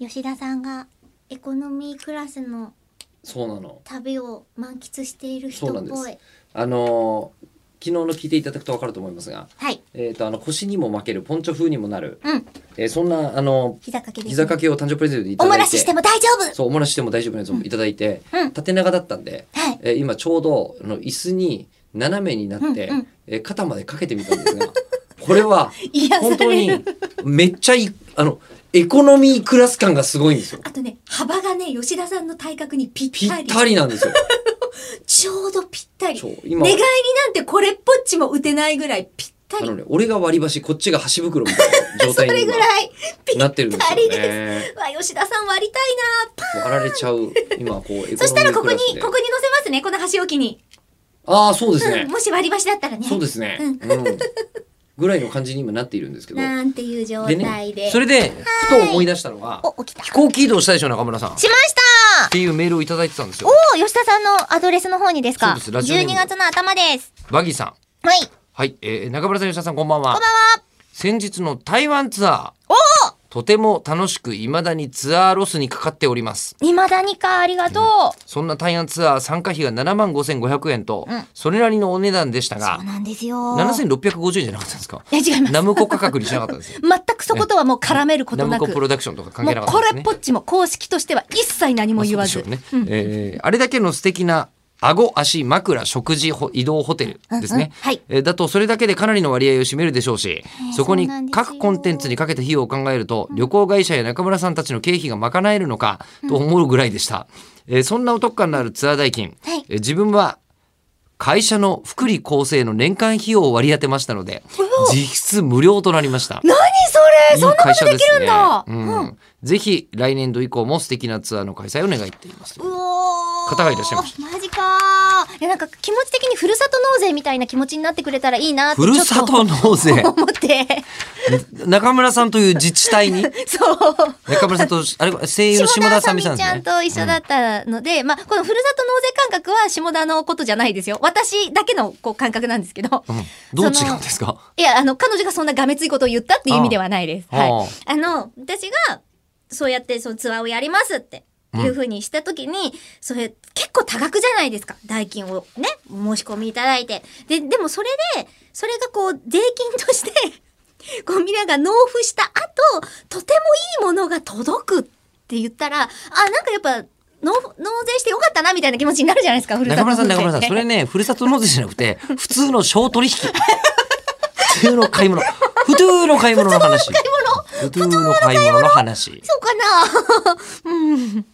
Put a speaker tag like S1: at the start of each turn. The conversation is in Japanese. S1: 吉田さんがエコノミークラスの
S2: そうなの
S1: 旅を満喫している人
S2: そうな
S1: っ
S2: んで
S1: ぽ
S2: す
S1: い
S2: あのー昨日の聞いていただくと分かると思いますが、
S1: はい
S2: えー、とあの腰にも負けるポンチョ風にもなる、
S1: うん
S2: えーそんなあの
S1: 膝掛けです、
S2: 膝掛けを誕生日プレゼントでい
S1: お
S2: ただ
S1: 漏
S2: いて
S1: らししても大丈夫
S2: そうおもらししても大丈夫なやつをいただいて、
S1: うん
S2: 縦長だったんで、
S1: はい
S2: えー今ちょうどあの椅子に斜めになって、
S1: うんうん
S2: えー肩までかけてみたんですがこれは
S1: 癒
S2: 本
S1: さ
S2: 当
S1: れ
S2: に
S1: る
S2: めっちゃいいあのエコノミークラス感がすごいんですよ。
S1: あとね幅がね吉田さんの体格にぴっ
S2: ぴった
S1: り
S2: たりなんですよ。
S1: ちょうどぴったり
S2: そう
S1: 寝
S2: 今
S1: 返りなんてこれっぽっちも打てないぐらいぴった
S2: あ
S1: り
S2: のね、俺が割り箸、こっちが箸袋みたいな状
S1: そ
S2: 態
S1: れ
S2: に
S1: ぐ
S2: 今
S1: らいぴっ
S2: なってるんです
S1: たり
S2: よ
S1: で
S2: ね。
S1: すわ吉田さん割りたいなパ
S2: 割られちゃう。今、 こう、エコノミークラスで。
S1: そしたらここにここに乗せますねこの箸置きに、
S2: ああ、そうです
S1: うん
S2: ね。
S1: もし割り箸だったらね
S2: そうですね。
S1: う
S2: うん。ぐらいの感じに今なっているんですけど。
S1: なんていう状
S2: で
S1: 態
S2: ね
S1: で、
S2: それで、ふと思い出したのが、
S1: お起きた
S2: 飛行機移動したでしょ、中村さん。っ
S1: しました
S2: ていうメールをいただいてたんですよ。
S1: おー吉田さんのアドレスの方にですか
S2: そうですラジオネーム
S1: 12月の頭です
S2: バギーさん。
S1: はい
S2: はい。えー中村さん、吉田さん、こんばんは。
S1: こんばんは
S2: 先日の台湾ツアー。
S1: おお
S2: とても楽しく、未だにツアーロスにかかっております。
S1: 未だにかありがとう、
S2: そんな対案ツアー参加費が7万5500円と
S1: うん、
S2: それなりのお値段でした
S1: そ
S2: が
S1: う、なんですよ
S2: 7650円じゃなかったんですか
S1: え違います
S2: ナムコ価格にしなかったんですよ。
S1: 全くそことはもう絡める こと
S2: ナム
S1: なく、
S2: コプロダクションとか関
S1: も
S2: 係
S1: う
S2: なかった
S1: こ
S2: んです
S1: れ
S2: ね。
S1: っぽっちも公式としては一切何も言わず、
S2: まあそうでし
S1: う
S2: ょうね
S1: ん
S2: えーあれだけの素敵な顎、足、枕、食事、ほ移動ホテルで
S1: うん
S2: す
S1: うん
S2: ね、
S1: はい
S2: えーだとそれだけでかなりの割合を占めるでしょうし、そこ
S1: そ
S2: に
S1: うなんですよ
S2: 各コンテンツにかけた費用を考えると、旅行会社や中村さんたちの経費が賄えるのかと思うぐらいでした。えーそんなお得感のあるツアー代金、
S1: はい
S2: えー自分は会社の福利厚生の年間費用を割り当てましたので、実質無料となりました。
S1: 何それそんなことできるんだ、
S2: いい会社ですねうんぜひ来年度以降も素敵なツアーの開催を願いっています。
S1: うおー
S2: 方がいらっしゃいまし
S1: マジかーいやなんか気持ち的にふるさと納税みたいな気持ちになってくれたらいいなって
S2: ふ
S1: ちょっ
S2: る
S1: と
S2: さと納税
S1: 思って
S2: 中村さんという自治体 に
S1: そう
S2: 中村さんとあれ声優の下田あさみさん
S1: ち
S2: です
S1: ゃ
S2: ね
S1: ん。と一緒だったので、まあ、このふるさと納税感覚は下田のことじゃないですよ。私だけのこう感覚なんですけど。
S2: うんどう違
S1: そ
S2: うん
S1: の
S2: ですか。
S1: いや、あの、彼女がそんながめついことを言ったっていう意味ではないです。
S2: あ
S1: はい
S2: あ。
S1: あの、私が、そうやってそのツアーをやりますって。いうふうにしたときに、それ結構多額じゃないですか。代金をね、お申し込みいただいて。で、でもそれで、それがこう、税金として、 こう、皆が納付した後、とてもいいものが届くって言ったら、あ、なんかやっぱ、納付納税してよかったな、みたいな気持ちになるじゃないですか、ふるさ
S2: 中
S1: と納
S2: 村さ
S1: 税
S2: ん中村さんそれねふるさと納税じゃなくて普通の小取引普通の買い物普通の買い物の話普通の買い物の話
S1: そうかなうん。